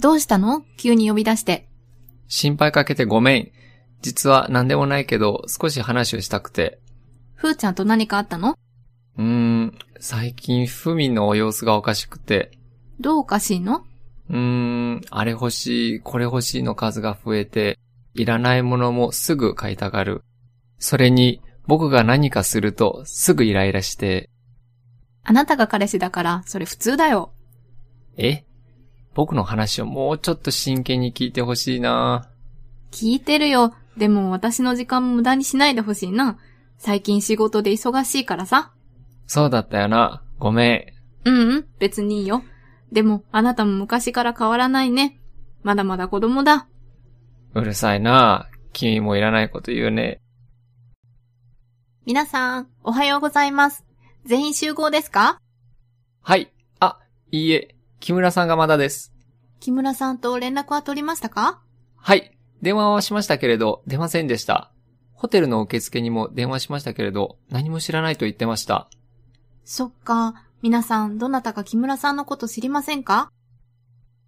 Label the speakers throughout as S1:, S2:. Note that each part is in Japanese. S1: どうしたの急に呼び出して。
S2: 心配かけてごめん。実は何でもないけど、少し話をしたくて。
S1: ふーちゃんと何かあったの
S2: うーん、最近、ふみの様子がおかしくて。
S1: どうおかしいの
S2: うーん、あれ欲しい、これ欲しいの数が増えて、いらないものもすぐ買いたがる。それに、僕が何かすると、すぐイライラして、
S1: あなたが彼氏だから、それ普通だよ。
S2: え僕の話をもうちょっと真剣に聞いてほしいな
S1: 聞いてるよ。でも私の時間無駄にしないでほしいな。最近仕事で忙しいからさ。
S2: そうだったよな。ごめ
S1: うんうん、別にいいよ。でも、あなたも昔から変わらないね。まだまだ子供だ。
S2: ん。うるさいな君もいらないこと言うね。
S1: 皆さん、おはようございます。全員集合ですか
S2: はい。あ、いいえ。木村さんがまだです。
S1: 木村さんと連絡は取りましたか
S2: はい。電話はしましたけれど、出ませんでした。ホテルの受付にも電話しましたけれど、何も知らないと言ってました。
S1: そっか。皆さん、どなたか木村さんのこと知りませんか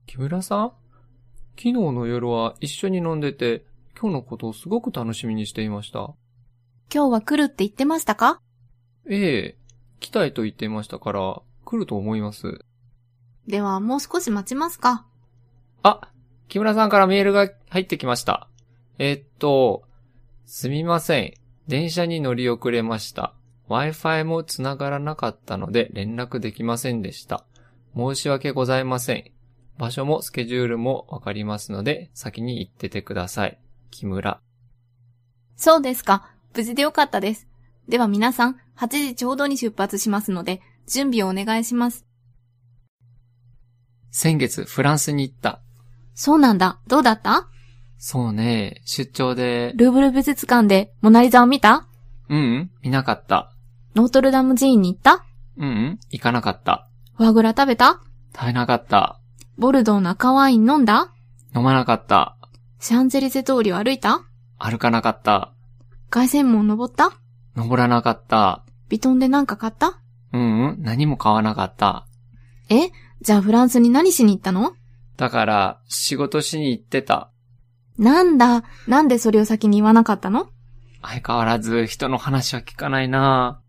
S2: 木村さん昨日の夜は一緒に飲んでて、今日のことをすごく楽しみにしていました。
S1: 今日は来るって言ってましたか
S2: ええ、来たいと言っていましたから、来ると思います。
S1: では、もう少し待ちますか。
S2: あ、木村さんからメールが入ってきました。えーっと、すみません。電車に乗り遅れました。Wi-Fi も繋がらなかったので連絡できませんでした。申し訳ございません。場所もスケジュールもわかりますので、先に行っててください。木村。
S1: そうですか。無事でよかったです。では皆さん、8時ちょうどに出発しますので、準備をお願いします。
S2: 先月フランスに行った。
S1: そうなんだ。どうだった
S2: そうね、出張で、
S1: ルーブル美術館でモナリザを見た
S2: うんうん、見なかった。
S1: ノートルダム寺院に行った
S2: うんうん、行かなかった。
S1: フォアグラ食べた
S2: 食べなかった。
S1: ボルドーの赤ワイン飲んだ
S2: 飲まなかった。
S1: シャンゼリゼ通りを歩いた
S2: 歩かなかった。
S1: 凱旋門登った
S2: 登らなかった。
S1: ビトンで何か買った
S2: うんうん、何も買わなかった。
S1: えじゃあフランスに何しに行ったの
S2: だから、仕事しに行ってた。
S1: なんだ。なんでそれを先に言わなかったの
S2: 相変わらず人の話は聞かないな